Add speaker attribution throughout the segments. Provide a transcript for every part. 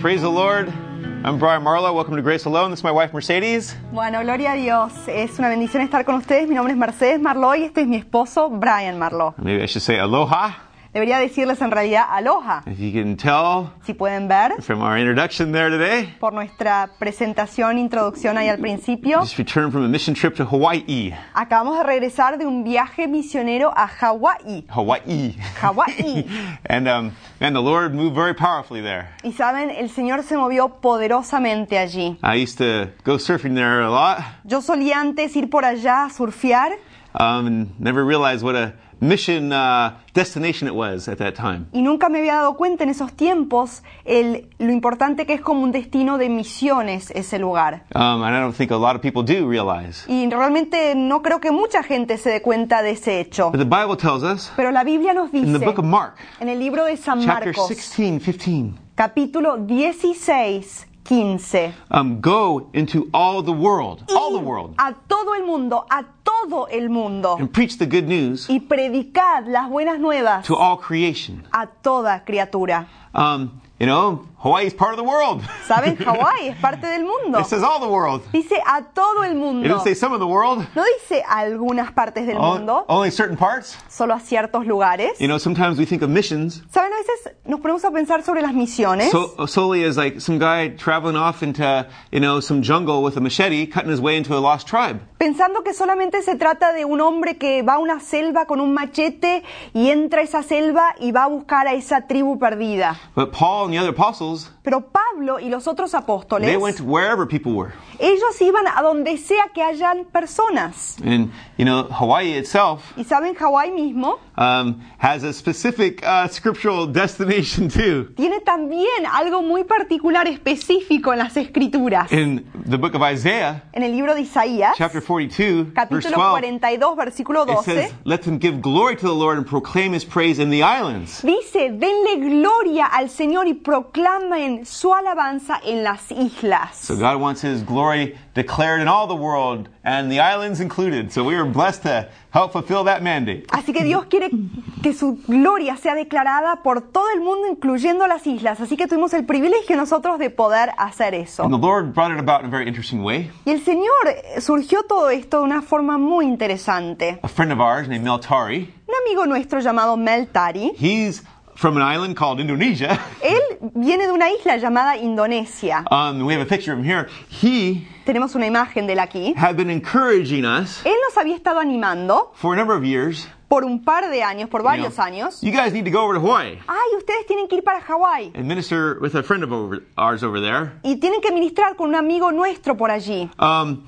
Speaker 1: Praise the Lord. I'm Brian Marlow. Welcome to Grace Alone. This is my wife Mercedes.
Speaker 2: Bueno, gloria a Dios. Es una bendición estar con ustedes. Mi nombre es Mercedes Marlowe y este es mi esposo, Brian Marlowe.
Speaker 1: Maybe I should say aloha.
Speaker 2: Debería decirles en realidad aloha.
Speaker 1: If you can tell
Speaker 2: Si pueden ver
Speaker 1: from our introduction there today,
Speaker 2: por nuestra presentación, introducción ahí al principio,
Speaker 1: just returned from a mission trip to Hawaii.
Speaker 2: acabamos de regresar de un viaje misionero a Hawái.
Speaker 1: Hawaii.
Speaker 2: Hawaii.
Speaker 1: and um, man, the Lord moved very powerfully there.
Speaker 2: Y saben, el Señor se movió poderosamente allí.
Speaker 1: I used to go surfing there a lot,
Speaker 2: Yo solía antes ir por allá a surfear
Speaker 1: um, and never realized what a mission uh, destination it was at that time.
Speaker 2: y nunca me había dado cuenta en esos tiempos el- lo importante que es como un destino de misiones ese lugar.
Speaker 1: Um, and I don't think a lot of people do realize.
Speaker 2: Y realmente no creo que mucha gente se dé cuenta de ese hecho.
Speaker 1: But the Bible tells us
Speaker 2: Pero la Biblia nos
Speaker 1: in the
Speaker 2: dice
Speaker 1: book of Mark,
Speaker 2: en el libro de San
Speaker 1: chapter
Speaker 2: Marcos,
Speaker 1: 16, 15.
Speaker 2: capítulo 16, 15.
Speaker 1: Um, go into all the world, all the world,
Speaker 2: A todo el mundo, a todo el mundo.
Speaker 1: and preach the good news
Speaker 2: Y predicad las buenas nuevas
Speaker 1: to all creation.
Speaker 2: a toda criatura.
Speaker 1: Um, you know, Hawaii is part of the world.
Speaker 2: ¿Saben? Hawái es parte del mundo.
Speaker 1: It says all the world.
Speaker 2: Dice a todo el
Speaker 1: It
Speaker 2: mundo.
Speaker 1: doesn't say some of the world.
Speaker 2: No dice a algunas partes del
Speaker 1: on-
Speaker 2: mundo,
Speaker 1: only certain parts.
Speaker 2: solo a ciertos lugares.
Speaker 1: You know, sometimes we think of missions
Speaker 2: ¿Saben? A veces nos ponemos a pensar sobre las misiones.
Speaker 1: so, uh, solely as like some guy traveling off into, you know, some jungle with a machete, cutting his way into a lost tribe.
Speaker 2: Pensando que solamente se trata de un hombre que va a una selva con un machete y entra a esa selva y va a buscar a esa tribu perdida.
Speaker 1: But Paul and the other apostles,
Speaker 2: Pero Pablo y los otros apóstoles,
Speaker 1: they went wherever people were.
Speaker 2: ellos iban a donde sea que hayan personas.
Speaker 1: And, you know, Hawaii itself
Speaker 2: Y saben, Hawái mismo
Speaker 1: um, has a specific uh, scriptural destination too.
Speaker 2: tiene también algo muy particular, específico en las escrituras.
Speaker 1: In the book of Isaiah,
Speaker 2: En el libro de Isaías,
Speaker 1: Eh, chapter 42, verse
Speaker 2: capítulo
Speaker 1: 12,
Speaker 2: 42, versículo
Speaker 1: it
Speaker 2: 12,
Speaker 1: says, Let them give glory to the Lord and proclaim his praise in the islands.
Speaker 2: dice, denle gloria al Señor y proclamen su alabanza en las islas.
Speaker 1: So God wants his glory declared in all the world and the islands included. So we are blessed to help fulfill that mandate.
Speaker 2: Así que Dios quiere que su gloria sea declarada por todo el mundo, incluyendo las islas. Así que tuvimos el privilegio nosotros de poder hacer eso.
Speaker 1: And the Lord brought it about in a very interesting way.
Speaker 2: Y el Señor eh, surgió todo esto de una forma muy interesante.
Speaker 1: A friend of ours named Mel Tari,
Speaker 2: Un amigo nuestro llamado Mel Tari,
Speaker 1: he's from an island called Indonesia.
Speaker 2: él viene de una isla llamada Indonesia.
Speaker 1: Um, we have a picture of him here. He
Speaker 2: Tenemos una imagen de él aquí.
Speaker 1: had been encouraging us
Speaker 2: Él nos había estado animando
Speaker 1: for a number of years.
Speaker 2: por un par de años, por
Speaker 1: you know,
Speaker 2: varios años.
Speaker 1: You guys need to go over to Hawaii.
Speaker 2: Ay, ustedes tienen que ir para Hawái
Speaker 1: and minister with a friend of over, ours over there
Speaker 2: y tienen que ministrar con un amigo nuestro por allí,
Speaker 1: um,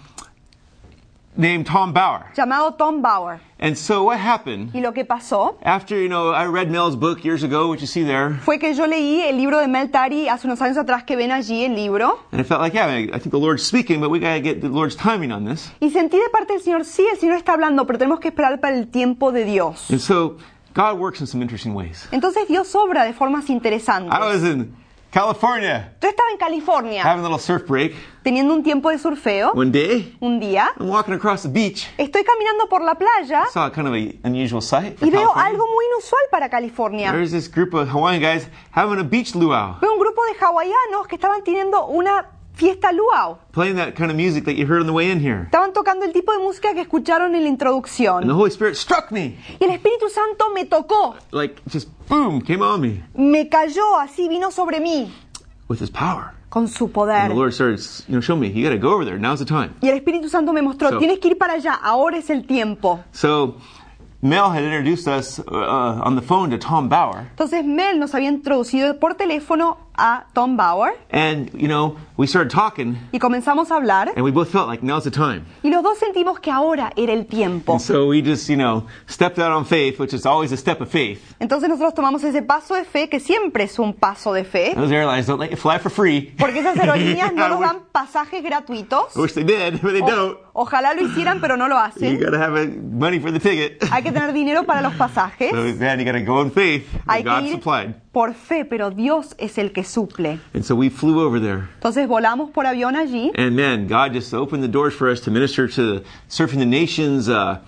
Speaker 1: named Tom Bauer.
Speaker 2: llamado Tom Bauer.
Speaker 1: And so what happened
Speaker 2: Y lo que pasó
Speaker 1: after, you know, I read Mel's book years ago, which you see there,
Speaker 2: fue que yo leí el libro de Mel Tari hace unos años atrás que ven allí el libro
Speaker 1: and I felt like, yeah, I, I think the Lord's speaking, but we got to get the Lord's timing on this.
Speaker 2: y sentí de parte del Señor, sí, el Señor está hablando, pero tenemos que esperar para el tiempo de Dios.
Speaker 1: And so God works in some interesting ways.
Speaker 2: Entonces Dios obra de formas
Speaker 1: I
Speaker 2: interesantes.
Speaker 1: was in California
Speaker 2: Yo estaba en California
Speaker 1: having a little surf break
Speaker 2: teniendo un tiempo de surfeo
Speaker 1: one day.
Speaker 2: un día.
Speaker 1: I'm walking across the beach.
Speaker 2: Estoy caminando por la playa
Speaker 1: Saw kind of an unusual sight. for
Speaker 2: y veo
Speaker 1: California.
Speaker 2: algo muy inusual para California.
Speaker 1: There's this group of Hawaiian guys having a beach luau,
Speaker 2: Veo un grupo de hawaianos que estaban teniendo una fiesta luau.
Speaker 1: playing that kind of music that you heard on the way in here.
Speaker 2: Estaban tocando el tipo de música que escucharon en la
Speaker 1: And the
Speaker 2: introducción.
Speaker 1: Holy Spirit struck me,
Speaker 2: Y el Espíritu Santo me tocó,
Speaker 1: like just boom, came on me
Speaker 2: me cayó así, vino sobre mí.
Speaker 1: with His power.
Speaker 2: con su
Speaker 1: And
Speaker 2: poder.
Speaker 1: the Lord started, you know, showing me, you got to go over there. Now's the time.
Speaker 2: Y el Espíritu Santo me mostró,
Speaker 1: So-
Speaker 2: tienes que ir para allá, ahora es el tiempo.
Speaker 1: So, Mel had introduced us uh, on the phone to Tom Bauer,
Speaker 2: Entonces Mel nos había introducido por teléfono a Tom Bauer
Speaker 1: and you know, we started talking,
Speaker 2: y comenzamos a hablar
Speaker 1: and we both felt like now's the time.
Speaker 2: y los dos sentimos que ahora era el tiempo.
Speaker 1: And so we just, you know, stepped out on faith, which is always a step of faith.
Speaker 2: Entonces nosotros tomamos ese paso de fe, que siempre es un paso de fe,
Speaker 1: Those airlines don't let you fly for free.
Speaker 2: porque esas aerolíneas no
Speaker 1: I
Speaker 2: nos
Speaker 1: wish-
Speaker 2: dan Oh. pasajes gratuitos.
Speaker 1: I wish they did, but they don't.
Speaker 2: O- ojalá lo hicieran, pero no lo
Speaker 1: You
Speaker 2: hacen.
Speaker 1: got to have uh, money for the ticket.
Speaker 2: Hay que tener dinero para los pasajes.
Speaker 1: So then you got to go in faith. and
Speaker 2: Hay que
Speaker 1: God
Speaker 2: ir
Speaker 1: supplied.
Speaker 2: por fe, pero Dios es el que suple.
Speaker 1: And so we flew over there.
Speaker 2: Entonces volamos por avión allí
Speaker 1: And man, God just opened the doors for us to minister to Surfing the Nations uh,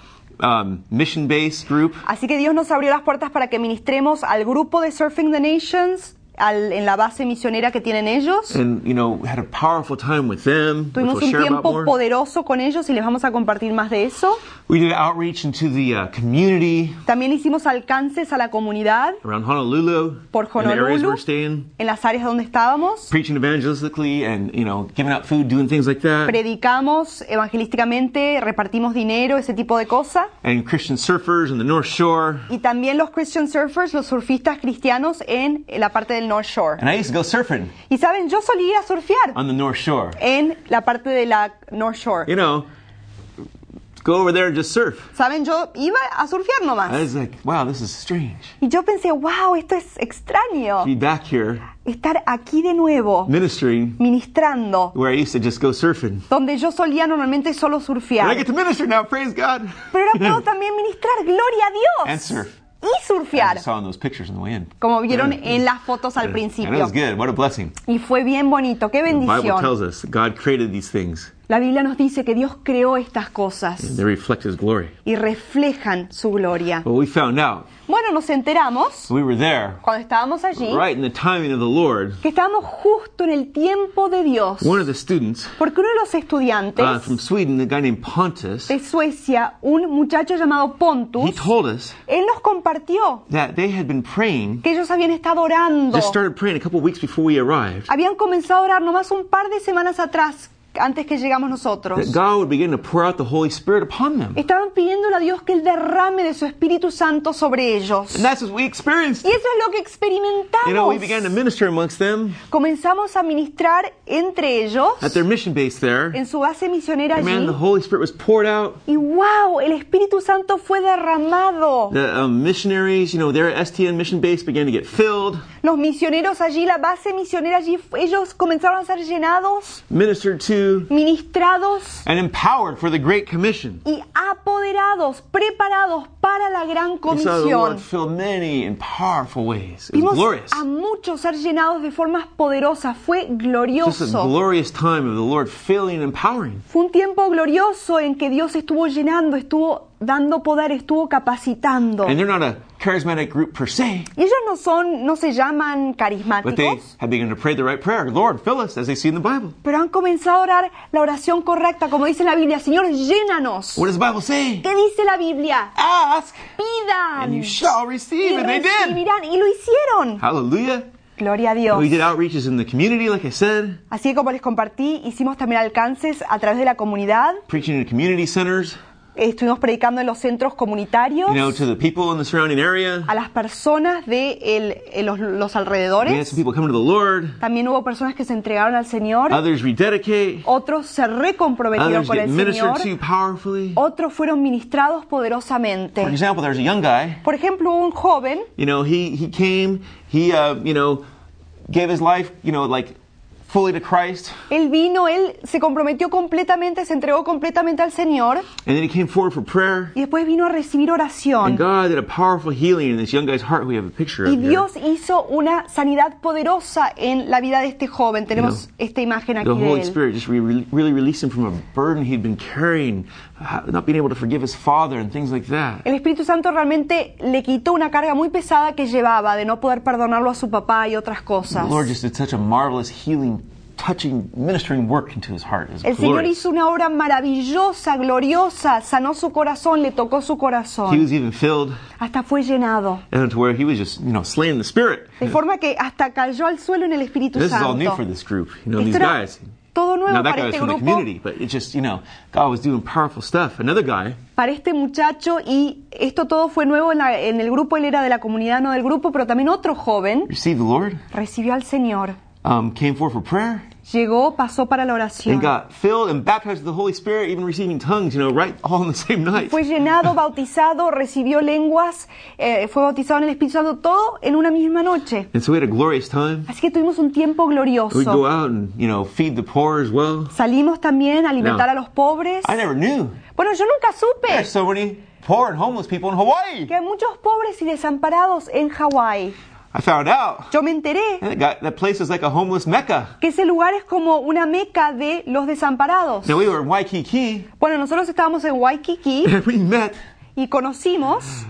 Speaker 1: um, mission based group.
Speaker 2: Así que Dios nos abrió las puertas para que ministremos al grupo de Surfing the Nations al- en la base misionera que tienen ellos.
Speaker 1: and you know had a powerful time with them. Which
Speaker 2: Tuvimos
Speaker 1: we'll
Speaker 2: un
Speaker 1: Mm. share about
Speaker 2: tiempo
Speaker 1: more.
Speaker 2: poderoso con ellos y les vamos a compartir más de eso.
Speaker 1: We did outreach into the uh, community
Speaker 2: También hicimos alcances a la comunidad
Speaker 1: around Honolulu,
Speaker 2: por
Speaker 1: in the areas
Speaker 2: Honolulu,
Speaker 1: we're staying,
Speaker 2: en las áreas donde estábamos.
Speaker 1: preaching evangelistically, and you know giving out food, doing things like that,
Speaker 2: Predicamos evangelísticamente, repartimos dinero, ese tipo de cosas.
Speaker 1: and Christian surfers in the North Shore.
Speaker 2: Y también los Christian surfers, los surfistas cristianos en la parte del North Shore.
Speaker 1: And I used to go surfing
Speaker 2: Y saben, yo solía ir a surfear
Speaker 1: on the North Shore.
Speaker 2: en la parte de la North
Speaker 1: You
Speaker 2: Shore.
Speaker 1: know, go over there and just surf.
Speaker 2: Saben, yo iba a surfear
Speaker 1: I
Speaker 2: nomás.
Speaker 1: was like, wow, this is strange.
Speaker 2: Y yo pensé, wow, esto es extraño.
Speaker 1: Be back here
Speaker 2: Estar aquí de nuevo,
Speaker 1: ministering
Speaker 2: ministrando,
Speaker 1: where I used to just go surfing.
Speaker 2: donde yo solía normalmente solo
Speaker 1: And I
Speaker 2: surfear.
Speaker 1: get to minister now, praise God.
Speaker 2: Pero ahora
Speaker 1: oh,
Speaker 2: puedo también ministrar, gloria a
Speaker 1: And
Speaker 2: Dios.
Speaker 1: surf.
Speaker 2: Y
Speaker 1: I
Speaker 2: surfear,
Speaker 1: saw in those pictures on the way in.
Speaker 2: como vieron en las fotos al
Speaker 1: And it
Speaker 2: principio.
Speaker 1: was good. What a blessing.
Speaker 2: Y fue bien bonito, qué
Speaker 1: The Bible
Speaker 2: bendición.
Speaker 1: tells us that God created these things.
Speaker 2: La Biblia nos dice que Dios creó estas cosas
Speaker 1: They reflect His glory.
Speaker 2: y reflejan su gloria.
Speaker 1: Well, we found out
Speaker 2: Bueno, nos enteramos
Speaker 1: we were there,
Speaker 2: cuando estábamos allí
Speaker 1: right in the timing of the Lord.
Speaker 2: que estábamos justo en el tiempo de Dios.
Speaker 1: One of the students
Speaker 2: Porque uno de los
Speaker 1: uh, from
Speaker 2: estudiantes
Speaker 1: Sweden, a guy named Pontus,
Speaker 2: de Suecia, un muchacho llamado
Speaker 1: he
Speaker 2: Pontus,
Speaker 1: told us
Speaker 2: él nos compartió
Speaker 1: that they had been praying,
Speaker 2: que ellos habían estado orando.
Speaker 1: just started praying a couple weeks before we arrived,
Speaker 2: Habían comenzado a orar nomás un par de semanas atrás, antes que llegamos
Speaker 1: that
Speaker 2: nosotros.
Speaker 1: God would begin to pour out the Holy Spirit upon them.
Speaker 2: Estaban pidiéndole a Dios que Él derrame de su Espíritu Santo sobre ellos.
Speaker 1: And that's what we experienced.
Speaker 2: Y eso es lo que
Speaker 1: You know, we began to
Speaker 2: experimentamos.
Speaker 1: minister amongst them
Speaker 2: Comenzamos a ministrar entre ellos
Speaker 1: at their mission base there.
Speaker 2: en su base misionera
Speaker 1: And man,
Speaker 2: allí.
Speaker 1: the Holy Spirit was poured out.
Speaker 2: Y wow, el Espíritu Santo fue derramado.
Speaker 1: The um, missionaries, you know, their STN mission base began to get filled,
Speaker 2: Los misioneros allí, la base misionera allí, ellos comenzaron a ser llenados,
Speaker 1: ministered to,
Speaker 2: ministrados
Speaker 1: and empowered for the Great Commission.
Speaker 2: y apoderados, preparados para la gran
Speaker 1: We saw the
Speaker 2: comisión.
Speaker 1: Lord fill many in powerful ways. It was
Speaker 2: Vimos
Speaker 1: glorious.
Speaker 2: a muchos ser llenados de formas poderosas. Fue
Speaker 1: Just a
Speaker 2: glorioso.
Speaker 1: glorious time of the Lord filling and empowering.
Speaker 2: Fue un tiempo glorioso en que Dios estuvo llenando, estuvo dando poder, estuvo capacitando.
Speaker 1: And they're not a charismatic group per se,
Speaker 2: Y ellos no son, no se llaman
Speaker 1: but they
Speaker 2: carismáticos,
Speaker 1: have begun to pray the right prayer. Lord, fill us, as they see in the Bible.
Speaker 2: pero han comenzado a orar la oración correcta, como dice la Biblia, Señor, llénanos.
Speaker 1: What does the Bible say?
Speaker 2: ¿Qué dice la Biblia?
Speaker 1: Ask,
Speaker 2: Pidan
Speaker 1: and you
Speaker 2: y
Speaker 1: shall receive. And they did.
Speaker 2: recibirán. Y lo hicieron.
Speaker 1: Hallelujah.
Speaker 2: Gloria a
Speaker 1: We
Speaker 2: Dios.
Speaker 1: did outreaches in the community, like I said,
Speaker 2: Así que como les compartí, hicimos también alcances a través de la comunidad.
Speaker 1: preaching in community centers.
Speaker 2: Estuvimos predicando en los centros comunitarios,
Speaker 1: you know, to the people in the surrounding area.
Speaker 2: a las personas de el- eh, los, los
Speaker 1: We had
Speaker 2: alrededores.
Speaker 1: some people come to the Lord.
Speaker 2: También hubo personas que se entregaron al Señor.
Speaker 1: Others rededicate.
Speaker 2: Otros se recomprometieron
Speaker 1: Others
Speaker 2: con
Speaker 1: get
Speaker 2: el
Speaker 1: ministered
Speaker 2: Señor.
Speaker 1: to powerfully.
Speaker 2: Otros fueron ministrados
Speaker 1: For
Speaker 2: poderosamente.
Speaker 1: example, there's a young guy.
Speaker 2: Por ejemplo, un joven
Speaker 1: You know, he he came. He uh, you know, gave his life. You know, like fully to Christ.
Speaker 2: Él vino, él se comprometió completamente, se entregó completamente al Señor
Speaker 1: And then he came forward for prayer.
Speaker 2: y después vino a recibir
Speaker 1: And
Speaker 2: oración.
Speaker 1: God did a powerful healing in this young guy's heart. We have a picture
Speaker 2: Y
Speaker 1: of here.
Speaker 2: Dios hizo una sanidad poderosa en la vida de este joven. Tenemos
Speaker 1: No.
Speaker 2: esta imagen
Speaker 1: The
Speaker 2: aquí de
Speaker 1: Holy
Speaker 2: él.
Speaker 1: Spirit just re- re- really released him from a burden he'd been carrying, uh, not being able to forgive his father and things like that.
Speaker 2: El Espíritu Santo realmente le quitó una carga muy pesada que llevaba de no poder perdonarlo a su papá y otras
Speaker 1: The
Speaker 2: cosas.
Speaker 1: Lord just did such a marvelous healing, touching, ministering work into his heart. It was
Speaker 2: El Señor
Speaker 1: glorious.
Speaker 2: hizo una obra maravillosa, gloriosa, sanó su corazón, le tocó su
Speaker 1: He
Speaker 2: corazón,
Speaker 1: was even filled
Speaker 2: hasta fue llenado.
Speaker 1: and to where he was just, you know, slaying the spirit.
Speaker 2: De forma que hasta cayó al suelo en el Espíritu
Speaker 1: This is all new
Speaker 2: Santo.
Speaker 1: for this group, you know,
Speaker 2: Esto
Speaker 1: these
Speaker 2: era
Speaker 1: guys.
Speaker 2: todo nuevo
Speaker 1: Now that
Speaker 2: para
Speaker 1: guy was
Speaker 2: este
Speaker 1: from the
Speaker 2: grupo.
Speaker 1: community, but it just, you know, God was doing powerful stuff. Another guy,
Speaker 2: para este muchacho y esto todo fue nuevo en, la- en el grupo, él era de la comunidad, no del grupo, pero también otro joven
Speaker 1: received the Lord,
Speaker 2: recibió al Señor,
Speaker 1: um, came forth for prayer,
Speaker 2: llegó, pasó para la oración,
Speaker 1: and got filled and baptized with the Holy Spirit, even receiving tongues, you know, right all on the same night.
Speaker 2: fue llenado, bautizado, recibió lenguas, eh, fue bautizado en el Espíritu Santo, todo en una misma noche.
Speaker 1: And so we had a glorious time.
Speaker 2: Así que tuvimos un tiempo
Speaker 1: We'd go
Speaker 2: glorioso.
Speaker 1: out and, you know, feed the poor as well.
Speaker 2: Salimos también a alimentar
Speaker 1: No.
Speaker 2: a los pobres.
Speaker 1: I never knew
Speaker 2: Bueno, yo nunca
Speaker 1: there's
Speaker 2: supe
Speaker 1: so many poor and homeless people in Hawaii.
Speaker 2: que hay muchos pobres y desamparados en Hawái.
Speaker 1: I found out
Speaker 2: Yo me enteré
Speaker 1: that, got, that place is like a homeless mecca.
Speaker 2: que ese lugar es como una meca de los desamparados.
Speaker 1: Now we were in Waikiki
Speaker 2: Bueno, nosotros estábamos en Waikiki
Speaker 1: and we met
Speaker 2: y conocimos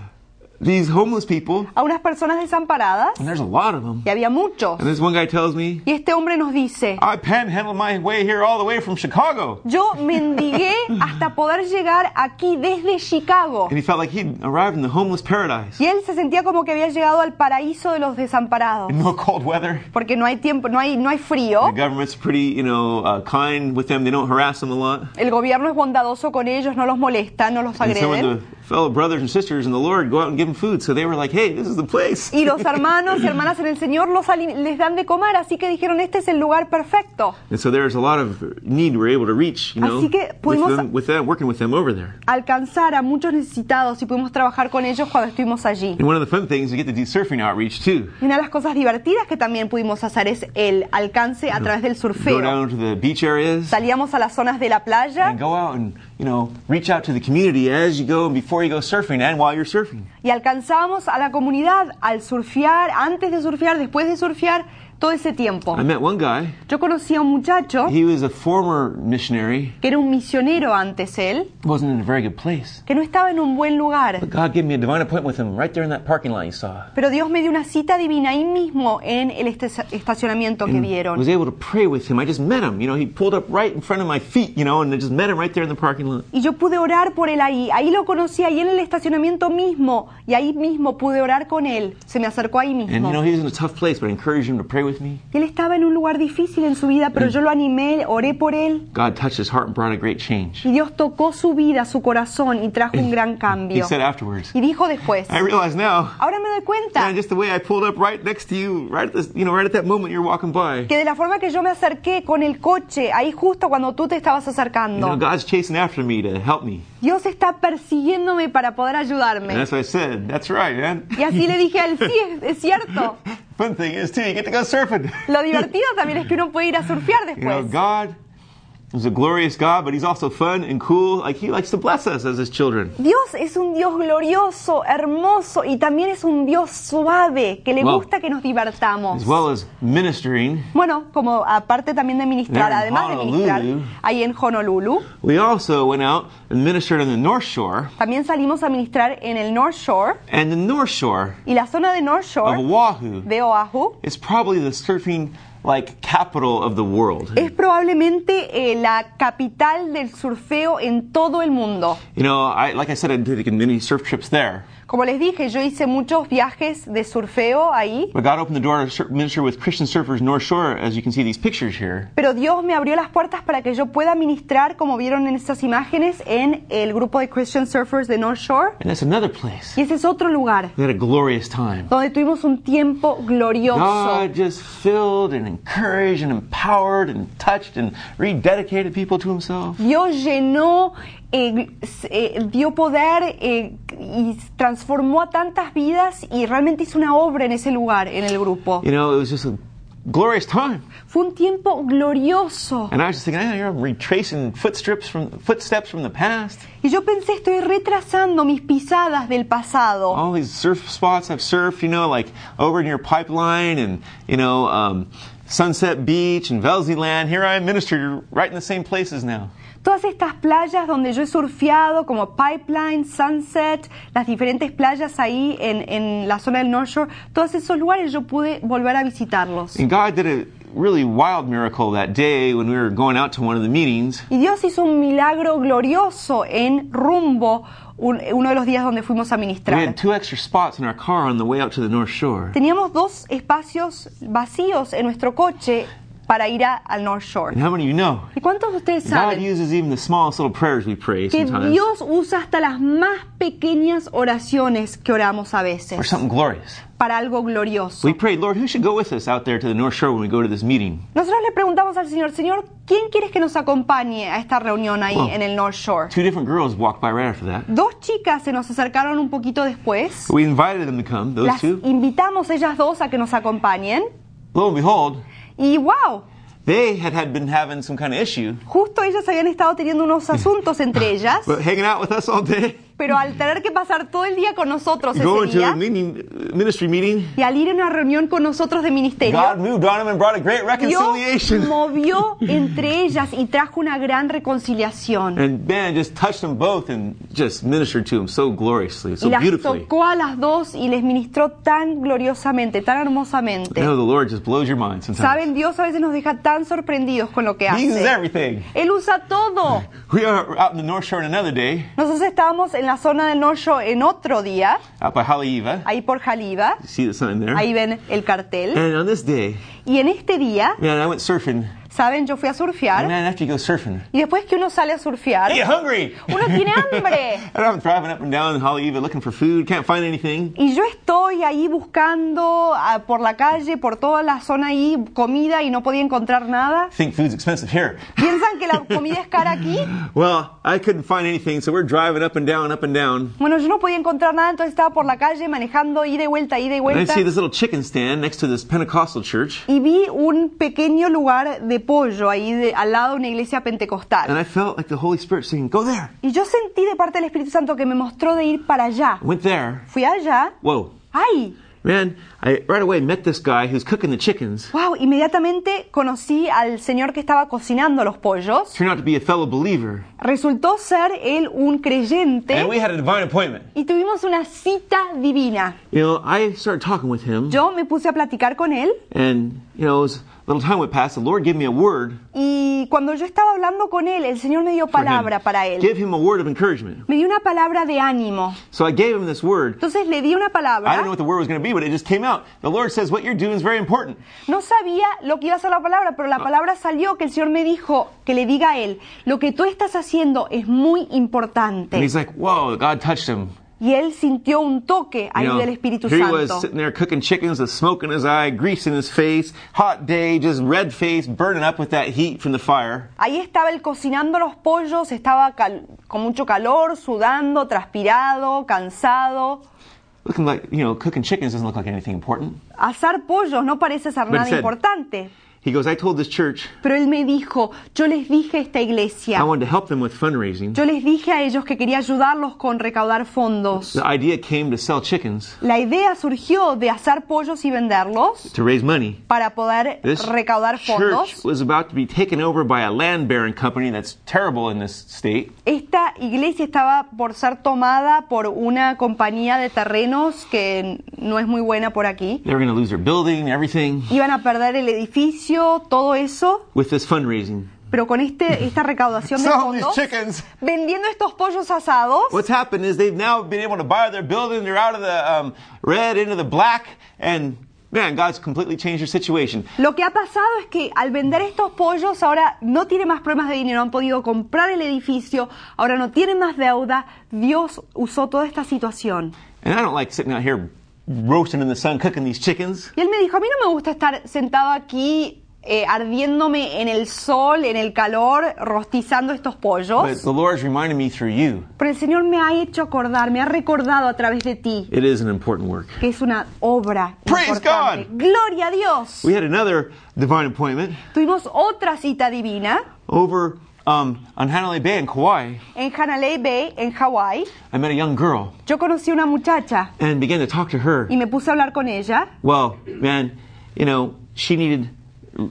Speaker 1: these homeless people,
Speaker 2: a unas personas desamparadas,
Speaker 1: and there's a lot of them.
Speaker 2: y había muchos.
Speaker 1: And this one guy tells me,
Speaker 2: Y este hombre nos dice,
Speaker 1: I panhandled my way here all the way from Chicago.
Speaker 2: yo mendigué hasta poder llegar aquí desde Chicago.
Speaker 1: And he felt like he'd arrived in the homeless paradise.
Speaker 2: Y él se sentía como que había llegado al paraíso de los desamparados,
Speaker 1: No cold weather.
Speaker 2: porque no hay tiempo, no hay, no hay frío.
Speaker 1: The government's pretty, you know, uh, kind with them. They don't harass them a lot.
Speaker 2: El gobierno es bondadoso con ellos, no los molesta, no los
Speaker 1: And so when
Speaker 2: agreden.
Speaker 1: the fellow brothers and sisters in the Lord go out and give them food, so they were like, hey, this is the place.
Speaker 2: Y los hermanos y hermanas en el Señor los ali- les dan de comer, así que dijeron, este es el lugar perfecto.
Speaker 1: And so there's a lot of need we're able to reach, you know,
Speaker 2: Así que pudimos-
Speaker 1: with, them, with them, working with them over there.
Speaker 2: Alcanzar a muchos necesitados y pudimos trabajar con ellos cuando estuvimos allí.
Speaker 1: And one of the fun things, we get to do surfing outreach too.
Speaker 2: Y una de las cosas divertidas que también pudimos hacer es el alcance a través del
Speaker 1: Go
Speaker 2: surfeo.
Speaker 1: down to the beach areas
Speaker 2: Salíamos a las zonas de la playa
Speaker 1: and go out and, you know, reach out to the community as you go and before you go surfing and while you're surfing.
Speaker 2: y alcanzábamos a la comunidad al surfear, antes de surfear, después de surfear, todo ese tiempo.
Speaker 1: I met one guy.
Speaker 2: Yo conocí a un muchacho
Speaker 1: He was a former missionary.
Speaker 2: que era un misionero antes él,
Speaker 1: Wasn't in a very good place.
Speaker 2: que no estaba en un buen lugar,
Speaker 1: But God gave me a divine appointment with him right there in that parking lot you saw.
Speaker 2: pero Dios me dio una cita divina ahí mismo en el este- estacionamiento que
Speaker 1: I was
Speaker 2: vieron.
Speaker 1: able to pray with him. I just met him. You know, he pulled up right in front of my feet, you know, and I just met him right there in the parking lot.
Speaker 2: Y yo pude orar por él ahí, ahí lo conocí, ahí en el estacionamiento mismo, y ahí mismo pude orar con él, se me acercó ahí
Speaker 1: And, you know,
Speaker 2: mismo.
Speaker 1: he was in a tough place, but I encouraged him to pray with me.
Speaker 2: Y él estaba en un lugar difícil en su vida, pero yo lo animé, oré por él,
Speaker 1: God touched his heart and brought a great change.
Speaker 2: y Dios tocó su vida, su corazón, y trajo un gran
Speaker 1: He
Speaker 2: cambio.
Speaker 1: said afterwards,
Speaker 2: Y dijo después,
Speaker 1: I realize now,
Speaker 2: ahora me doy cuenta
Speaker 1: man, just the way I pulled up right next to you, right at this, you know, right at that moment you're walking by.
Speaker 2: que de la forma que yo me acerqué con el coche, ahí justo cuando tú te estabas
Speaker 1: You know,
Speaker 2: acercando,
Speaker 1: God's chasing after me to help me.
Speaker 2: Dios está persiguiéndome para poder
Speaker 1: And
Speaker 2: ayudarme.
Speaker 1: that's what I said. That's right, man.
Speaker 2: Y así le dije a él, sí, es, es cierto.
Speaker 1: Fun thing is too, you get to go surfing.
Speaker 2: Lo divertido también es que uno puede ir a surfear
Speaker 1: You know,
Speaker 2: después.
Speaker 1: God is a glorious God, but He's also fun and cool. Like He likes to bless us as His children.
Speaker 2: Dios es un Dios glorioso, hermoso y también es un Dios suave, que le
Speaker 1: Wow.
Speaker 2: gusta que nos divertamos.
Speaker 1: As well as ministering,
Speaker 2: Bueno, como aparte también de ministrar,
Speaker 1: There in
Speaker 2: además de ministrar,
Speaker 1: Honolulu.
Speaker 2: ahí en Honolulu,
Speaker 1: we also went out and ministered on the North Shore.
Speaker 2: también salimos a ministrar en el North Shore
Speaker 1: And the North Shore
Speaker 2: y la zona de North
Speaker 1: of
Speaker 2: Shore
Speaker 1: Oahu
Speaker 2: de Oahu
Speaker 1: is probably the surfing like capital of the world.
Speaker 2: es probablemente eh, la capital del surfeo en todo el mundo.
Speaker 1: You know, I like I said, I did many surf trips there.
Speaker 2: Como les dije, yo hice muchos viajes de surfeo ahí,
Speaker 1: But God opened the door to sur- minister with Christian surfers North Shore, as you can see these pictures here.
Speaker 2: pero Dios me abrió las puertas para que yo pueda ministrar, como vieron en estas imágenes, en el grupo de Christian Surfers de North Shore.
Speaker 1: And that's another place.
Speaker 2: Y ese es otro lugar
Speaker 1: We had a glorious time.
Speaker 2: donde tuvimos un tiempo Oh, glorioso.
Speaker 1: God just filled and encouraged and empowered and touched and rededicated people to Himself.
Speaker 2: Dios llenó, eh, s- eh, dio poder eh, y transformó a tantas vidas y realmente hizo una obra en ese lugar, en el grupo.
Speaker 1: You know, it was just a glorious time.
Speaker 2: Fue un tiempo glorioso.
Speaker 1: And I was just thinking, "Ah, I'm retracing footsteps from footsteps from the past.
Speaker 2: Y yo pensé, estoy retrasando mis pisadas del pasado.
Speaker 1: All these surf spots I've surfed, you know, like over near Pipeline and you know um, Sunset Beach and Velzyland. Here I am, minister, right in the same places now.
Speaker 2: Todas estas playas donde yo he surfeado, como Pipeline, Sunset, las diferentes playas ahí en, en la zona del North Shore, todos esos lugares yo pude volver a visitarlos.
Speaker 1: And God did a really wild miracle that day when we were going out to one of the meetings.
Speaker 2: Y Dios hizo un milagro glorioso en Rumbo, un- uno de los días donde fuimos a
Speaker 1: We
Speaker 2: ministrar.
Speaker 1: had two extra spots in our car on the way out to the North Shore.
Speaker 2: Teníamos dos espacios vacíos en nuestro coche para ir a- al North
Speaker 1: And
Speaker 2: Shore.
Speaker 1: how many of you know?
Speaker 2: ¿Y cuántos de ustedes
Speaker 1: God
Speaker 2: saben
Speaker 1: uses even the smallest little prayers we pray
Speaker 2: que
Speaker 1: sometimes
Speaker 2: Dios usa hasta las más pequeñas oraciones que oramos a
Speaker 1: for
Speaker 2: veces
Speaker 1: something glorious.
Speaker 2: para algo glorioso?
Speaker 1: We prayed, Lord, who should go with us out there to the North Shore when we go to this meeting?
Speaker 2: Nosotros le preguntamos al Señor, Señor, ¿quién quieres que nos acompañe a esta reunión ahí
Speaker 1: Wow.
Speaker 2: en el North Shore?
Speaker 1: Two different girls walked by right after that.
Speaker 2: Dos chicas se nos acercaron un poquito después.
Speaker 1: We invited them to come, those
Speaker 2: Las
Speaker 1: two.
Speaker 2: invitamos ellas dos a que nos acompañen.
Speaker 1: Lo and behold,
Speaker 2: Y wow,
Speaker 1: they had, had been having some kind of issue,
Speaker 2: justo ellas habían estado teniendo unos asuntos entre ellas,
Speaker 1: but hanging out with us all day.
Speaker 2: pero al tener que pasar todo el día con nosotros
Speaker 1: Going
Speaker 2: ese
Speaker 1: to a
Speaker 2: día
Speaker 1: meeting, ministry meeting,
Speaker 2: y al ir a una reunión con nosotros de ministerio,
Speaker 1: God moved on him and brought a great
Speaker 2: Dios
Speaker 1: reconciliation.
Speaker 2: movió entre ellas y trajo una gran reconciliación.
Speaker 1: And man just touched them both and just ministered to them so gloriously,
Speaker 2: Y
Speaker 1: so
Speaker 2: las
Speaker 1: beautifully.
Speaker 2: tocó a las dos y les ministró tan gloriosamente, tan
Speaker 1: I
Speaker 2: hermosamente.
Speaker 1: know the Lord just blows your mind sometimes.
Speaker 2: Saben, Dios a veces nos deja tan sorprendidos con lo que
Speaker 1: He uses
Speaker 2: hace.
Speaker 1: everything.
Speaker 2: Él usa todo.
Speaker 1: We are out in the North Shore on another day,
Speaker 2: Nosotros estábamos en la zona del Norte en otro día,
Speaker 1: out by Haleiwa.
Speaker 2: ahí por Jaliba.
Speaker 1: You see the sign there?
Speaker 2: Ahí ven el cartel.
Speaker 1: And on this day,
Speaker 2: Y en este día,
Speaker 1: man, I went surfing.
Speaker 2: saben, yo fui a
Speaker 1: And
Speaker 2: surfear.
Speaker 1: man, after you go surfing,
Speaker 2: Y después que uno sale a surfear,
Speaker 1: I get hungry.
Speaker 2: uno tiene hambre.
Speaker 1: And I'm driving up and down Haleiwa looking for food, can't find anything.
Speaker 2: Y yo estoy ahí buscando ah, por la calle, por toda la zona ahí, comida y no podía encontrar nada.
Speaker 1: Think food's expensive here.
Speaker 2: ¿Piensan que la comida es cara aquí?
Speaker 1: Well, I couldn't find anything, so we're driving up and down, up and down.
Speaker 2: Bueno, yo no podía encontrar nada, entonces estaba por la calle manejando ida y vuelta, ida y
Speaker 1: And I
Speaker 2: vuelta.
Speaker 1: see this little chicken stand next to this Pentecostal church,
Speaker 2: Y vi un pequeño lugar de pollo ahí de- al lado de una iglesia
Speaker 1: and
Speaker 2: pentecostal.
Speaker 1: I felt like the Holy Spirit saying, Go there.
Speaker 2: Y yo sentí de parte del Espíritu Santo que me mostró de ir para allá.
Speaker 1: I went there.
Speaker 2: Fui allá.
Speaker 1: Whoa.
Speaker 2: ¡Ay!
Speaker 1: Man, I right away met this guy who's cooking the chickens.
Speaker 2: ¡Wow! Inmediatamente conocí al señor que estaba cocinando los pollos.
Speaker 1: Turned out to be a fellow believer.
Speaker 2: Resultó ser él un creyente.
Speaker 1: And we had a divine appointment.
Speaker 2: y tuvimos una cita divina.
Speaker 1: You know, I started talking with him,
Speaker 2: Yo me puse a platicar con él
Speaker 1: and, you know, as a little time went past, the Lord gave me a word.
Speaker 2: y cuando yo estaba hablando con él, el Señor me dio
Speaker 1: for him.
Speaker 2: palabra para él.
Speaker 1: Give him a word of encouragement.
Speaker 2: Me dio una palabra de ánimo.
Speaker 1: So I gave him this word.
Speaker 2: Entonces le di una
Speaker 1: I didn't
Speaker 2: palabra.
Speaker 1: know what the word was going to be, but it just came out. The Lord says, What you're doing is very important.
Speaker 2: No sabía lo que iba a ser la palabra, pero la
Speaker 1: Ah.
Speaker 2: palabra salió que el Señor me dijo que le diga a él, lo que tú estás haciendo es muy
Speaker 1: And
Speaker 2: importante.
Speaker 1: he's like, Whoa, God touched him.
Speaker 2: Y él sintió un toque ahí
Speaker 1: You know,
Speaker 2: del Espíritu
Speaker 1: here he was
Speaker 2: Santo.
Speaker 1: sitting there cooking chickens, the smoke in his eye, grease in his face, hot day, just red face, burning up with that heat from the fire.
Speaker 2: Ahí estaba él cocinando los pollos, estaba cal- con mucho calor, sudando, transpirado, cansado.
Speaker 1: Looking like, you know, cooking chickens doesn't look like anything important.
Speaker 2: Asar pollos no parece ser
Speaker 1: But
Speaker 2: nada
Speaker 1: said-
Speaker 2: importante.
Speaker 1: He goes, I told this church
Speaker 2: Pero él me dijo, yo les dije a esta
Speaker 1: I
Speaker 2: iglesia,
Speaker 1: wanted to help them with fundraising.
Speaker 2: yo les dije a ellos que quería ayudarlos con recaudar fondos.
Speaker 1: The idea came to sell chickens
Speaker 2: La idea surgió de asar pollos y venderlos
Speaker 1: to raise money.
Speaker 2: para poder
Speaker 1: This
Speaker 2: recaudar
Speaker 1: church
Speaker 2: fondos.
Speaker 1: was about to be taken over by a land baron company that's terrible in this state.
Speaker 2: Esta iglesia estaba por ser tomada por una compañía de terrenos que no es muy buena por aquí.
Speaker 1: They were going to lose their building, everything,
Speaker 2: Iban a perder el edificio, todo eso,
Speaker 1: with this fundraising.
Speaker 2: pero con este, esta recaudación de
Speaker 1: Selling these
Speaker 2: fondos,
Speaker 1: chickens.
Speaker 2: vendiendo estos pollos asados,
Speaker 1: What's happened is they've now been able to buy their building. They're out of the um, red into the black, and man, God's completely changed their situation.
Speaker 2: Lo que ha pasado es que al vender estos pollos ahora no tiene más problemas de dinero, han podido comprar el edificio, ahora no tienen más deuda. Dios usó toda esta situación.
Speaker 1: And I don't like sitting out here roasting in the sun, cooking these chickens.
Speaker 2: Y él me dijo, a mí no me gusta estar sentado aquí eh, ardiéndome en el sol, en el calor, rostizando estos
Speaker 1: But
Speaker 2: pollos.
Speaker 1: the Lord's reminded me through you,
Speaker 2: Pero el Señor me ha hecho acordar, me ha recordado a través de ti
Speaker 1: it is an important work.
Speaker 2: que es una obra
Speaker 1: Praise
Speaker 2: importante. Gloria a Dios.
Speaker 1: We had another divine appointment
Speaker 2: Tuvimos otra cita divina
Speaker 1: over um, on Hanalei Bay in Kauai.
Speaker 2: en Hanalei Bay, en Hawái.
Speaker 1: I met a young girl
Speaker 2: Yo conocí a una muchacha
Speaker 1: and began to talk to her.
Speaker 2: y me puse a hablar con ella.
Speaker 1: Well, man, you know, she needed,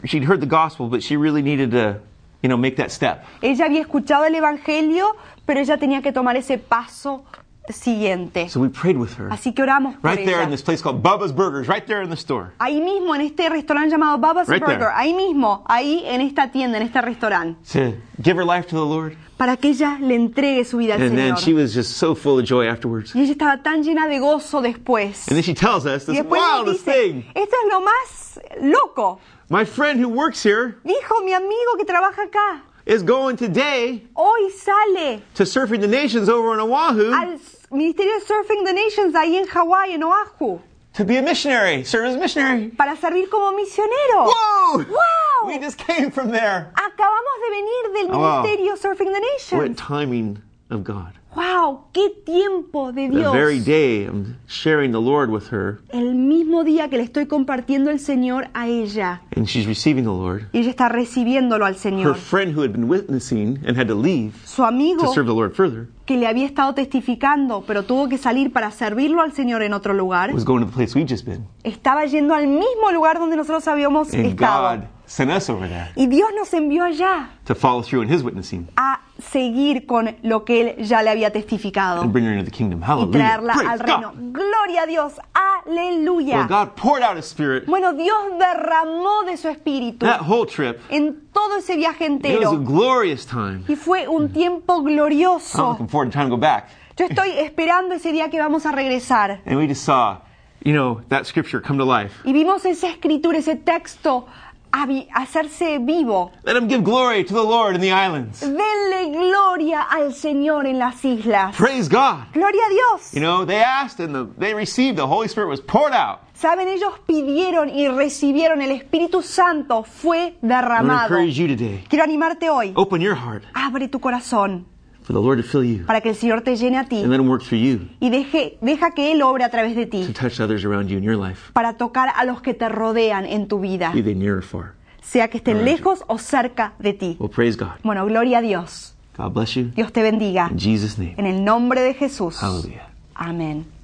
Speaker 1: she'd heard the gospel, but she really needed to, you know, make that step.
Speaker 2: Ella había escuchado el Evangelio, pero ella tenía que tomar ese paso siguiente.
Speaker 1: So we prayed with her.
Speaker 2: Así que oramos por
Speaker 1: Right there
Speaker 2: ella.
Speaker 1: in this place called Bubba's Burgers, right there in the store.
Speaker 2: Ahí mismo, en este restaurante llamado Baba's
Speaker 1: Right
Speaker 2: Burger,
Speaker 1: there.
Speaker 2: ahí mismo, ahí en esta tienda, en este restaurante,
Speaker 1: To give her life to the Lord.
Speaker 2: para que ella le entregue su vida al
Speaker 1: And then
Speaker 2: Señor.
Speaker 1: she was just so full of joy afterwards.
Speaker 2: Y ella estaba tan llena de gozo después.
Speaker 1: And then she tells us
Speaker 2: Y
Speaker 1: this
Speaker 2: después nos
Speaker 1: wildest
Speaker 2: dice,
Speaker 1: thing.
Speaker 2: esto es lo más loco.
Speaker 1: My friend who works here
Speaker 2: Dijo mi amigo que trabaja acá,
Speaker 1: is going today
Speaker 2: hoy sale
Speaker 1: to Surfing the Nations over in Oahu
Speaker 2: al Ministerio de Surfing the Nations ahí en Hawái, en Oahu.
Speaker 1: to be a missionary, serve as a missionary.
Speaker 2: para servir como misionero.
Speaker 1: Whoa!
Speaker 2: Wow.
Speaker 1: We just came from there.
Speaker 2: Acabamos de venir del
Speaker 1: Oh, wow.
Speaker 2: ministerio Surfing the
Speaker 1: What
Speaker 2: Nation.
Speaker 1: timing of God.
Speaker 2: Wow, qué tiempo de
Speaker 1: The
Speaker 2: Dios.
Speaker 1: very day I'm sharing the Lord with her
Speaker 2: El mismo día que le estoy compartiendo el Señor a ella.
Speaker 1: and she's receiving the Lord.
Speaker 2: Y ella está recibiéndolo al
Speaker 1: Her
Speaker 2: Señor.
Speaker 1: friend who had been witnessing and had to leave
Speaker 2: Su amigo
Speaker 1: to serve the Lord further
Speaker 2: que le había estado testificando, pero tuvo que salir para servirlo al Señor en otro lugar,
Speaker 1: was going to the place we'd just been.
Speaker 2: estaba yendo al mismo lugar donde nosotros habíamos
Speaker 1: And
Speaker 2: estado.
Speaker 1: God sent us over there
Speaker 2: Y Dios nos envió allá
Speaker 1: to follow through in His witnessing
Speaker 2: a seguir con lo que Él ya le había testificado
Speaker 1: and bring her into the kingdom.
Speaker 2: y
Speaker 1: Hallelujah.
Speaker 2: traerla al
Speaker 1: Praise
Speaker 2: reino.
Speaker 1: God.
Speaker 2: Gloria a Dios,
Speaker 1: Well,
Speaker 2: aleluya.
Speaker 1: God poured out His Spirit
Speaker 2: Bueno, Dios derramó de su espíritu
Speaker 1: that whole trip.
Speaker 2: en todo ese viaje
Speaker 1: It was a
Speaker 2: entero.
Speaker 1: glorious time.
Speaker 2: Y fue un tiempo
Speaker 1: I'm
Speaker 2: glorioso.
Speaker 1: looking forward to trying to go back.
Speaker 2: Yo estoy esperando ese día que vamos a regresar.
Speaker 1: And we just saw, you know, that scripture come to life.
Speaker 2: Y vimos esa escritura, ese texto avi- hacerse vivo.
Speaker 1: Let him give glory to the Lord in the islands.
Speaker 2: Denle gloria al Señor en las islas.
Speaker 1: Praise God.
Speaker 2: Gloria a Dios.
Speaker 1: You know, they asked and the, they received. The Holy Spirit was poured out.
Speaker 2: Saben, ellos pidieron y recibieron. El Espíritu Santo fue
Speaker 1: I want to
Speaker 2: derramado.
Speaker 1: encourage you today.
Speaker 2: Quiero animarte hoy.
Speaker 1: Open your heart
Speaker 2: Abre tu corazón
Speaker 1: for the Lord to fill you
Speaker 2: para que el Señor te llene a ti
Speaker 1: and let him work through you
Speaker 2: y deje, deja que Él obre a través de
Speaker 1: to
Speaker 2: ti
Speaker 1: touch others around you in your life,
Speaker 2: para tocar a los que te rodean en tu vida,
Speaker 1: be they near or far.
Speaker 2: sea que estén lejos o cerca de ti.
Speaker 1: Well, praise God.
Speaker 2: Bueno, gloria a Dios.
Speaker 1: God bless you.
Speaker 2: Dios te bendiga.
Speaker 1: In Jesus' name.
Speaker 2: En el nombre de Jesús.
Speaker 1: Hallelujah.
Speaker 2: Amén.